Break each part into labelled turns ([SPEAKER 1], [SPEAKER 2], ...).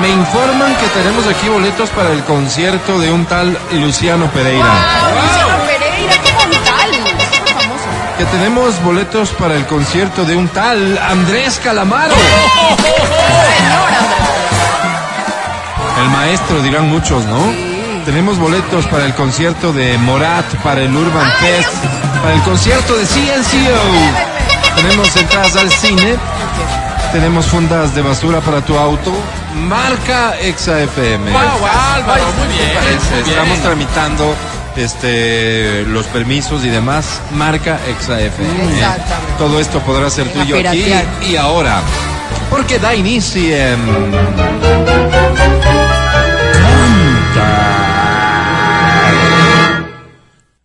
[SPEAKER 1] me informan que tenemos aquí boletos para el concierto de un tal Luciano Pereira.
[SPEAKER 2] Luciano Pereira, ¿cómo tal? Suena famoso.
[SPEAKER 1] Que tenemos boletos para el concierto de un tal Andrés
[SPEAKER 3] ¡Oh,
[SPEAKER 1] Calamaro.
[SPEAKER 2] Señor Andrés.
[SPEAKER 1] El maestro, dirán muchos, ¿no? Tenemos boletos para el concierto de Morat, para el Urban Fest, para el concierto de CNCO. Tenemos entradas al cine. Tenemos fundas de basura para tu auto. Marca Exa FM.
[SPEAKER 3] Wow, Álvaro, muy bien.
[SPEAKER 1] Parece,
[SPEAKER 3] muy bien.
[SPEAKER 1] Estamos tramitando este los permisos y demás. Marca Exa FM.
[SPEAKER 2] Exactamente.
[SPEAKER 1] Todo esto podrá ser
[SPEAKER 2] Venga,
[SPEAKER 1] tuyo aquí
[SPEAKER 2] piratear.
[SPEAKER 1] y ahora. Porque da inicio. en-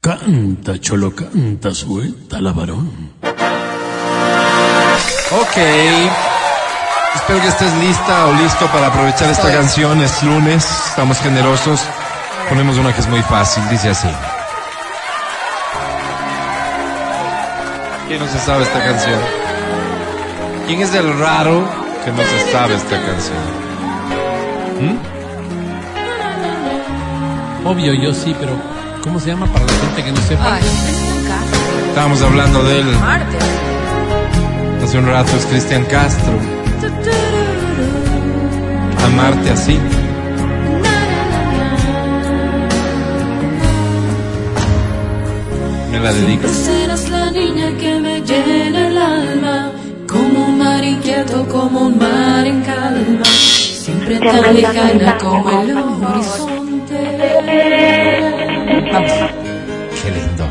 [SPEAKER 4] Canta, cholo, canta, suelta la varón.
[SPEAKER 1] Ok. Espero que estés lista o listo para aprovechar esta canción. Es lunes, estamos generosos. Ponemos una que es muy fácil, dice así. ¿Quién no se sabe esta canción? ¿Quién es el raro que no se sabe esta canción?
[SPEAKER 4] Obvio, yo sí, pero ¿cómo se llama para la gente que no sepa?
[SPEAKER 2] Ay, nunca.
[SPEAKER 1] Estábamos hablando de él
[SPEAKER 2] Marte.
[SPEAKER 1] hace un rato, es Cristian Castro. Amarte así. Me la dedico.
[SPEAKER 5] Serás la niña que me llena el alma, como un mar inquieto, como un mar en calma, siempre tan lejana como el horizonte.
[SPEAKER 1] Qué lindo.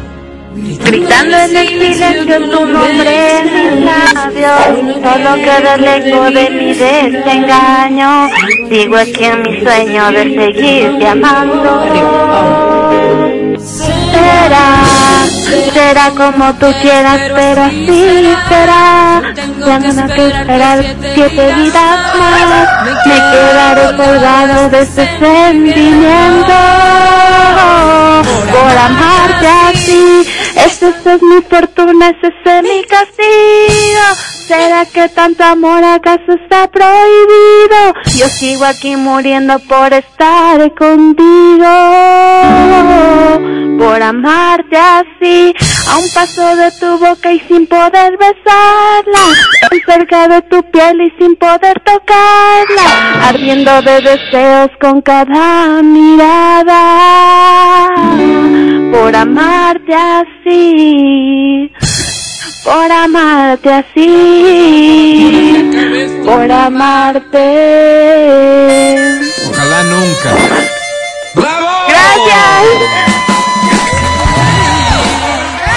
[SPEAKER 6] Gritando en el silencio tu nombre en mis labios, solo queda el eco de mi desengaño. Sigo aquí en mi sueño de seguirte amando. Será, será como tú quieras, pero así será. Ya no me que esperar siete vidas más, me quedaré colgado de este sentimiento. Por amarte así, esa es mi fortuna, ese es mi castigo. ¿Será que tanto amor acaso está prohibido? Yo sigo aquí muriendo por estar contigo, por amarte así, a un paso de tu boca y sin poder besarla, tan cerca de tu piel y sin poder tocarla, ardiendo de deseos con cada mirada, por amarte así, por amarte así, por amarte.
[SPEAKER 1] Ojalá nunca. ¡Bravo!
[SPEAKER 6] Gracias.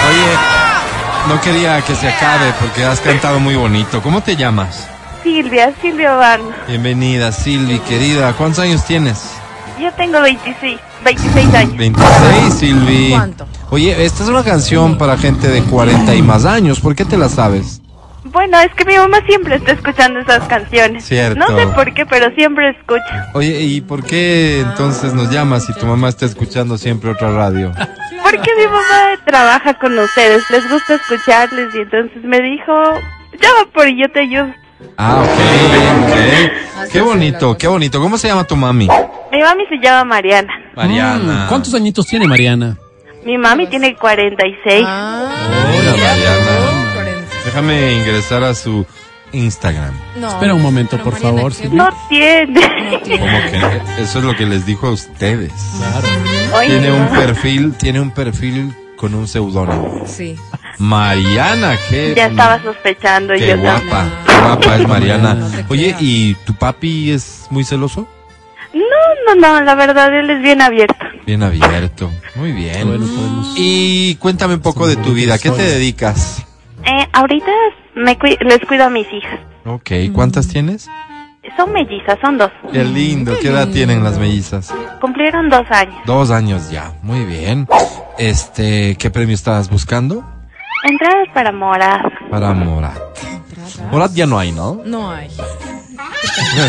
[SPEAKER 1] Oye, no quería que se acabe porque has cantado muy bonito. ¿Cómo te llamas?
[SPEAKER 6] Silvia, Silvia Van.
[SPEAKER 1] Bienvenida, Silvi, querida. ¿Cuántos años tienes?
[SPEAKER 6] Yo tengo 26, 26 años.
[SPEAKER 1] 26, Silvi.
[SPEAKER 2] ¿Cuánto?
[SPEAKER 1] Oye, esta es una canción para gente de 40 y más años. ¿Por qué te la sabes?
[SPEAKER 6] Bueno, es que mi mamá siempre está escuchando esas canciones.
[SPEAKER 1] Cierto.
[SPEAKER 6] No sé por qué, pero siempre escucha.
[SPEAKER 1] Oye, ¿y por qué entonces nos llamas si tu mamá está escuchando siempre otra radio?
[SPEAKER 6] Porque mi mamá trabaja con ustedes, les gusta escucharles y entonces me dijo, llama por yo te ayudo.
[SPEAKER 1] Ah, ok, ok. Qué bonito, qué bonito. ¿Cómo se llama tu mami?
[SPEAKER 6] Mi mami se llama Mariana.
[SPEAKER 1] Mariana.
[SPEAKER 4] Mm, ¿Cuántos añitos tiene Mariana?
[SPEAKER 6] Mi mami tiene 46.
[SPEAKER 1] Ah. Hola, Mariana.
[SPEAKER 2] Lorenzo.
[SPEAKER 1] Déjame ingresar a su Instagram.
[SPEAKER 2] No.
[SPEAKER 4] Espera un momento,
[SPEAKER 2] pero
[SPEAKER 4] por
[SPEAKER 2] Mariana,
[SPEAKER 4] favor,
[SPEAKER 2] ¿qué?
[SPEAKER 4] Silvia.
[SPEAKER 6] No tiene.
[SPEAKER 1] ¿Cómo que no? Eso es lo que les dijo a ustedes.
[SPEAKER 6] Oye,
[SPEAKER 1] Tiene un
[SPEAKER 6] no.
[SPEAKER 1] perfil, tiene un perfil con un seudónimo.
[SPEAKER 2] Sí.
[SPEAKER 1] Mariana, qué
[SPEAKER 6] Ya estaba sospechando y
[SPEAKER 1] Qué
[SPEAKER 6] yo
[SPEAKER 1] guapa,
[SPEAKER 2] también.
[SPEAKER 1] qué guapa es
[SPEAKER 2] No
[SPEAKER 1] Mariana.
[SPEAKER 2] te
[SPEAKER 1] Oye,
[SPEAKER 2] creas.
[SPEAKER 1] ¿y tu papi es muy celoso?
[SPEAKER 6] también. No, no, no, la verdad él es bien abierto.
[SPEAKER 1] Bien abierto. Muy bien.
[SPEAKER 4] Bueno, podemos.
[SPEAKER 1] Y cuéntame un poco de tu vida. ¿Qué te dedicas?
[SPEAKER 6] Eh, ahorita me cui- les cuido a mis hijas.
[SPEAKER 1] Ok, ¿cuántas tienes?
[SPEAKER 6] Son mellizas, son dos.
[SPEAKER 1] Qué lindo, ¿qué edad tienen las mellizas?
[SPEAKER 6] Cumplieron dos años.
[SPEAKER 1] Dos años ya, muy bien. Este, ¿qué premio estabas buscando?
[SPEAKER 6] Entradas para morar.
[SPEAKER 1] Para Morat. Morat ya no hay, ¿no?
[SPEAKER 2] No hay.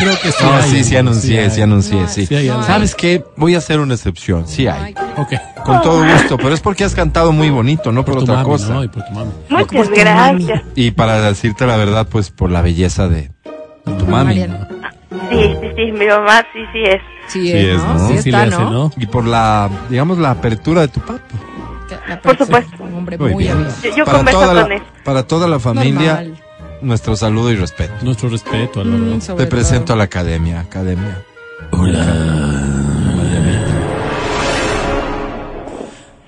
[SPEAKER 4] Creo que sí.
[SPEAKER 1] No,
[SPEAKER 4] hay,
[SPEAKER 1] sí, sí anuncié,
[SPEAKER 4] hay.
[SPEAKER 1] sí anuncié, sí.
[SPEAKER 4] Sí hay algo.
[SPEAKER 1] ¿Sabes qué? Voy a hacer una excepción, sí hay.
[SPEAKER 4] Ok.
[SPEAKER 1] Con todo gusto, pero es porque has cantado muy bonito, no por
[SPEAKER 4] Por tu
[SPEAKER 1] otra
[SPEAKER 4] mami,
[SPEAKER 1] cosa.
[SPEAKER 4] ¿no? Y por tu mami.
[SPEAKER 6] Muchas gracias.
[SPEAKER 1] Y para decirte la verdad, pues por la belleza de tu mami.
[SPEAKER 2] Mariana.
[SPEAKER 1] ¿no?
[SPEAKER 6] Sí, sí, sí, mi mamá sí, sí es.
[SPEAKER 2] Sí, es,
[SPEAKER 1] es,
[SPEAKER 2] ¿no?
[SPEAKER 1] ¿no?
[SPEAKER 2] Sí
[SPEAKER 1] Sí
[SPEAKER 4] le
[SPEAKER 2] está,
[SPEAKER 4] hace,
[SPEAKER 2] ¿no?
[SPEAKER 4] ¿no?
[SPEAKER 1] Y por la, digamos, la apertura de tu papi.
[SPEAKER 2] La
[SPEAKER 6] Por
[SPEAKER 2] persona,
[SPEAKER 6] supuesto.
[SPEAKER 2] Un hombre
[SPEAKER 1] Muy
[SPEAKER 2] muy
[SPEAKER 1] bien.
[SPEAKER 2] abierto.
[SPEAKER 6] Yo, yo
[SPEAKER 1] para,
[SPEAKER 6] converso
[SPEAKER 1] toda la,
[SPEAKER 6] con él.
[SPEAKER 1] para toda la familia,
[SPEAKER 2] Normal.
[SPEAKER 1] nuestro saludo y respeto.
[SPEAKER 4] Nuestro respeto a la
[SPEAKER 2] Mm,
[SPEAKER 4] verdad.
[SPEAKER 2] sobre
[SPEAKER 1] Te presento
[SPEAKER 2] todo.
[SPEAKER 1] a la academia, academia.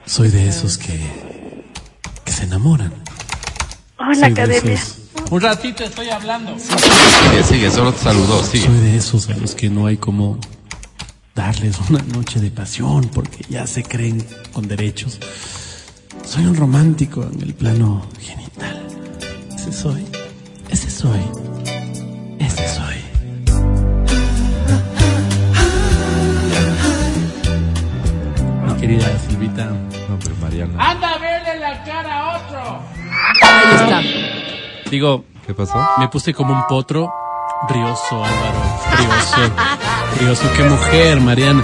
[SPEAKER 4] Soy de esos que. que se enamoran.
[SPEAKER 6] Hola,
[SPEAKER 4] Soy de
[SPEAKER 6] academia.
[SPEAKER 4] esos-
[SPEAKER 3] Un ratito estoy hablando.
[SPEAKER 1] Sigue, Eh, sigue, solo te saludó, sigue.
[SPEAKER 4] Soy de esos a los que no hay como darles una noche de pasión porque ya se creen con derechos. Soy un romántico en el plano genital. Ese soy. Ese soy. Ese soy. Mi querida Silvita,
[SPEAKER 1] No, pero Mariana,
[SPEAKER 2] Ah.
[SPEAKER 3] Anda a verle la cara a otro.
[SPEAKER 2] Ahí está.
[SPEAKER 4] digo,
[SPEAKER 1] ¿qué pasó?
[SPEAKER 4] me puse como un potro. Brioso, Álvaro. Brioso. Brioso, qué mujer, Mariana.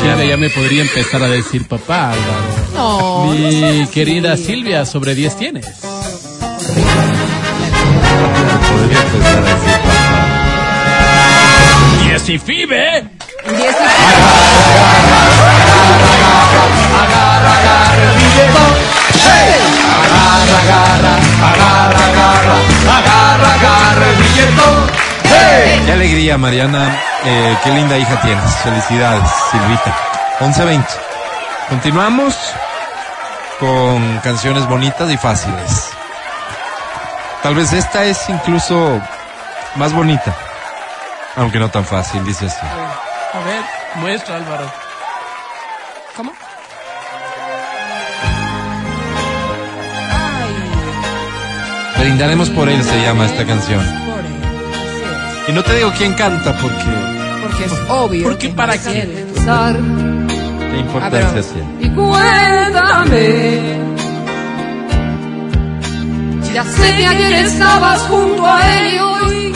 [SPEAKER 4] Silvia ya me podría empezar a decir papá, Álvaro.
[SPEAKER 2] No, no
[SPEAKER 4] Mi
[SPEAKER 2] seas
[SPEAKER 4] querida
[SPEAKER 2] así.
[SPEAKER 4] Silvia, sobre 10 tienes.
[SPEAKER 1] Podría empezar a decir papá.
[SPEAKER 4] 10 y FIBE.
[SPEAKER 2] Diez y-
[SPEAKER 1] Qué alegría, Mariana. Eh, qué linda hija tienes. Felicidades, Silvita. 11.20. Continuamos con canciones bonitas y fáciles. Tal vez esta es incluso más bonita. Aunque no tan fácil, dice así.
[SPEAKER 4] A ver, muestra Álvaro.
[SPEAKER 2] ¿Cómo? Ay,
[SPEAKER 1] Brindaremos por él se llama esta canción.
[SPEAKER 2] por él. Así
[SPEAKER 1] Y no te digo quién canta porque
[SPEAKER 2] es. Porque es obvio.
[SPEAKER 4] Porque
[SPEAKER 2] que
[SPEAKER 4] para
[SPEAKER 2] no
[SPEAKER 4] qué.
[SPEAKER 2] sabe pensar.
[SPEAKER 1] la
[SPEAKER 2] A ver,
[SPEAKER 1] importancia es él.
[SPEAKER 2] y cuéntame. Ya sé que ayer estabas junto a él y hoy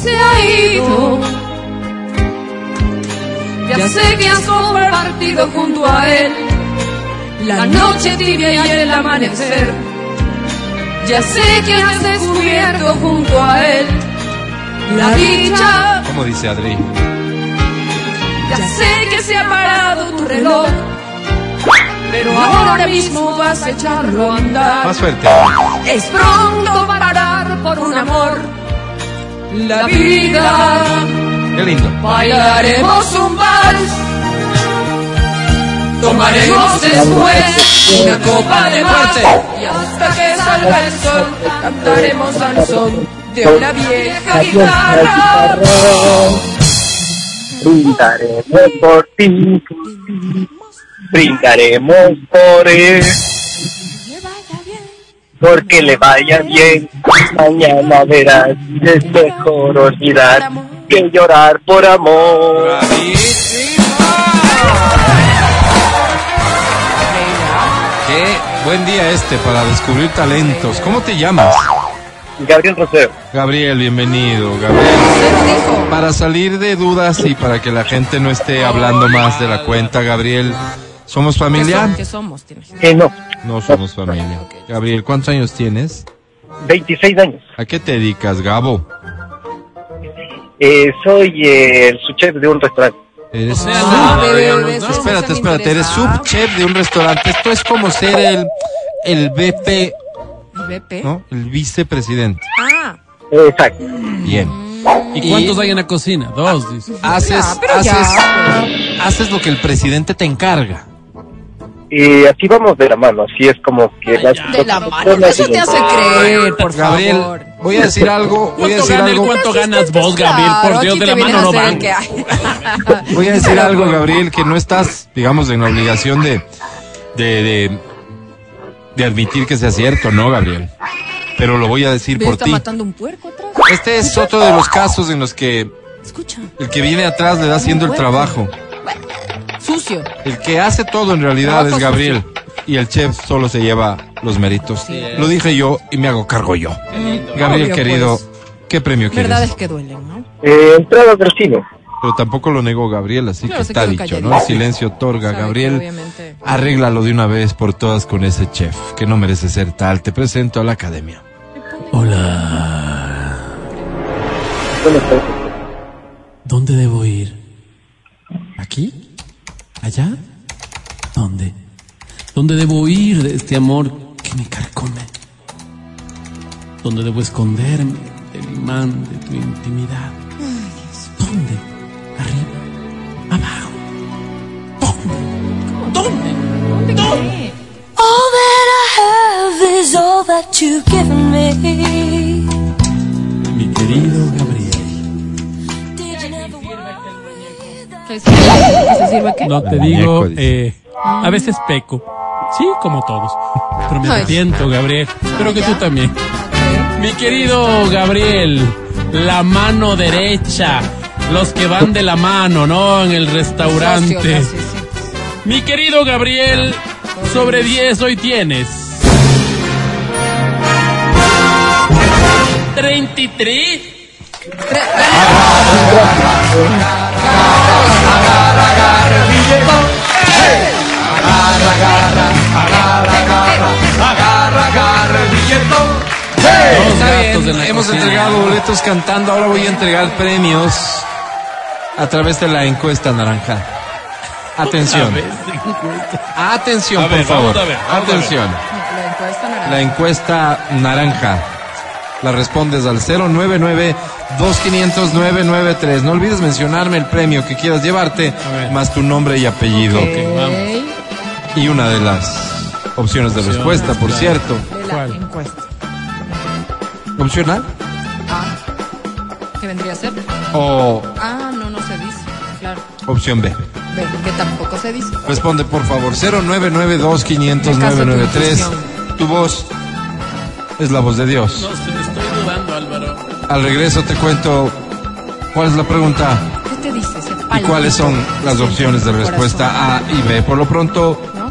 [SPEAKER 2] se ha ido. Ya sé que has compartido junto a él la noche tibia y el amanecer. Ya sé que has descubierto junto a él la dicha.
[SPEAKER 1] ¿Cómo dice Adri?
[SPEAKER 2] Ya sé que se ha parado tu reloj, pero ahora mismo vas a echarlo a andar.
[SPEAKER 1] Más suerte.
[SPEAKER 2] Es pronto parar por un amor. La vida
[SPEAKER 1] Qué lindo.
[SPEAKER 2] bailaremos un vals. Tomaremos después una copa de mate y hasta que salga el sol cantaremos al son de una vieja guitarra.
[SPEAKER 7] Brindaremos por ti. Brindaremos por él. Porque le vaya bien. Mañana verás, es mejor olvidar que llorar por amor.
[SPEAKER 1] Qué buen día este para descubrir talentos. ¿Cómo te llamas?
[SPEAKER 7] Gabriel Rosero.
[SPEAKER 1] Gabriel, bienvenido. Gabriel. Para salir de dudas y para que la gente no esté hablando más de la cuenta, Gabriel, ¿somos familia?
[SPEAKER 2] somos? Tienes?
[SPEAKER 7] Que eh, no,
[SPEAKER 1] No somos familia. Gabriel, ¿cuántos años tienes?
[SPEAKER 7] 26 años.
[SPEAKER 1] ¿A qué te dedicas, Gabo?
[SPEAKER 7] Eh, soy eh, el subchef de un restaurante.
[SPEAKER 1] Eres
[SPEAKER 4] sea,
[SPEAKER 1] sub-
[SPEAKER 4] no,
[SPEAKER 1] Espérate, espérate, eres subchef de un restaurante. Esto es como ser el, el BP,
[SPEAKER 2] BP.
[SPEAKER 1] ¿no? El vicepresidente.
[SPEAKER 2] Ah,
[SPEAKER 7] Exacto.
[SPEAKER 1] Bien.
[SPEAKER 4] ¿Y cuántos hay en la cocina? Dos, dice.
[SPEAKER 2] Ya, Mm.
[SPEAKER 1] Haces,
[SPEAKER 2] Ah, pero ya,
[SPEAKER 1] haces, haces lo que el presidente te encarga.
[SPEAKER 7] Y así vamos de la mano, así es como que las
[SPEAKER 2] de la
[SPEAKER 7] cosas
[SPEAKER 2] mano.
[SPEAKER 7] son así.
[SPEAKER 2] Eso te hace
[SPEAKER 4] Eh,
[SPEAKER 2] creer, por
[SPEAKER 1] Gabriel,
[SPEAKER 2] favor.
[SPEAKER 1] voy a decir algo, voy a
[SPEAKER 4] ¿Cuánto
[SPEAKER 1] decir
[SPEAKER 4] gana él?
[SPEAKER 1] algo,
[SPEAKER 4] ¿Cuánto ganas vos, Gabriel? Por
[SPEAKER 2] Claro,
[SPEAKER 4] Dios,
[SPEAKER 2] aquí te
[SPEAKER 4] de la
[SPEAKER 2] vienen
[SPEAKER 4] mano
[SPEAKER 2] a
[SPEAKER 4] no
[SPEAKER 2] hacer
[SPEAKER 4] van.
[SPEAKER 2] el que hay.
[SPEAKER 1] voy a decir algo, Gabriel, que no estás, digamos, en la obligación de, de, de, de admitir que sea cierto, ¿no, Gabriel? Pero lo voy a decir
[SPEAKER 2] Ve,
[SPEAKER 1] por
[SPEAKER 2] está
[SPEAKER 1] ti.
[SPEAKER 2] matando un puerco atrás.
[SPEAKER 1] Este es otro de los casos en los que
[SPEAKER 2] Escucha,
[SPEAKER 1] el que viene atrás le da haciendo el trabajo.
[SPEAKER 2] sucio.
[SPEAKER 1] El que hace todo en realidad
[SPEAKER 2] Trabajo
[SPEAKER 1] es Gabriel. Y el chef solo se lleva los méritos. Lo dije yo y me hago cargo yo. Gabriel,
[SPEAKER 2] Obvio,
[SPEAKER 1] querido,
[SPEAKER 2] pues.
[SPEAKER 1] ¿qué premio
[SPEAKER 2] Verdades
[SPEAKER 1] quieres?
[SPEAKER 2] que duelen, ¿no?
[SPEAKER 7] Eh, entradas del cine.
[SPEAKER 1] Pero tampoco lo negó Gabriel, así
[SPEAKER 2] Claro,
[SPEAKER 1] que
[SPEAKER 2] se
[SPEAKER 1] está
[SPEAKER 2] quedó
[SPEAKER 1] dicho,
[SPEAKER 2] callado.
[SPEAKER 1] ¿no? El silencio otorga.
[SPEAKER 2] Sabe que
[SPEAKER 1] Gabriel,
[SPEAKER 2] obviamente.
[SPEAKER 1] arréglalo de una vez por todas con ese chef, que no merece ser tal. Te presento a la academia.
[SPEAKER 4] Hola.
[SPEAKER 7] Buenas tardes.
[SPEAKER 4] ¿Dónde debo ir? ¿Aquí? ¿Allá? ¿Dónde? ¿Dónde debo ir de este amor que me carcome? ¿Dónde debo esconderme del imán de tu intimidad? ¿Dónde? ¿Arriba? ¿Abajo? ¿Dónde? ¿Dónde?
[SPEAKER 5] All that I have is all that you've given me.
[SPEAKER 4] Mi querido Gabriel,
[SPEAKER 5] Did you never worry that-
[SPEAKER 2] ¿Que se que se sirva qué?
[SPEAKER 4] no te
[SPEAKER 1] Muñeco,
[SPEAKER 4] digo,
[SPEAKER 1] dice.
[SPEAKER 4] eh, a veces peco, sí, como todos, pero me
[SPEAKER 2] Ay.
[SPEAKER 4] arrepiento, Gabriel, espero que tú también. Mi querido Gabriel, la mano derecha, los que van de la mano, ¿no? En el
[SPEAKER 2] Socio,
[SPEAKER 4] restaurante.
[SPEAKER 2] socio, sí.
[SPEAKER 4] Mi querido Gabriel, sobre 10 hoy tienes. 33.
[SPEAKER 1] Eh, Está
[SPEAKER 4] gatos
[SPEAKER 1] bien,
[SPEAKER 4] en la
[SPEAKER 1] hemos
[SPEAKER 4] cocina.
[SPEAKER 1] entregado boletos cantando, ahora voy a entregar premios a través de la encuesta naranja. Atención, atención,
[SPEAKER 4] A
[SPEAKER 1] por
[SPEAKER 4] ver,
[SPEAKER 1] favor.
[SPEAKER 4] vamos a ver, vamos a ver.
[SPEAKER 1] atención,
[SPEAKER 2] La encuesta naranja.
[SPEAKER 1] la encuesta naranja. La respondes al 099 2500 993. No olvides mencionarme el premio que quieras llevarte,
[SPEAKER 4] ver.
[SPEAKER 1] más tu nombre y apellido.
[SPEAKER 2] Ok,
[SPEAKER 4] vamos.
[SPEAKER 1] Y una de las opciones de respuesta, por
[SPEAKER 4] claro.
[SPEAKER 1] cierto.
[SPEAKER 2] de la
[SPEAKER 4] ¿Cuál?
[SPEAKER 2] encuesta.
[SPEAKER 1] ¿Opción A?
[SPEAKER 2] Ah, ¿Qué vendría a ser?
[SPEAKER 1] o
[SPEAKER 2] Ah, no, no se dice. Claro.
[SPEAKER 1] opción B?
[SPEAKER 2] Ve, que tampoco se dice.
[SPEAKER 1] Responde por favor 0992 500
[SPEAKER 2] Me caso con tu
[SPEAKER 1] 993.
[SPEAKER 2] intuición.
[SPEAKER 1] Tu voz es la voz de Dios.
[SPEAKER 4] No sé, estoy dudando, Álvaro.
[SPEAKER 1] Al regreso te cuento cuál es la pregunta
[SPEAKER 2] ¿Qué te dice? ese
[SPEAKER 1] y
[SPEAKER 2] palpito
[SPEAKER 1] cuáles son
[SPEAKER 2] que
[SPEAKER 1] las
[SPEAKER 2] siente
[SPEAKER 1] opciones de
[SPEAKER 2] en tu corazón?
[SPEAKER 1] respuesta A y B. Por lo pronto,
[SPEAKER 2] ¿No? Ah,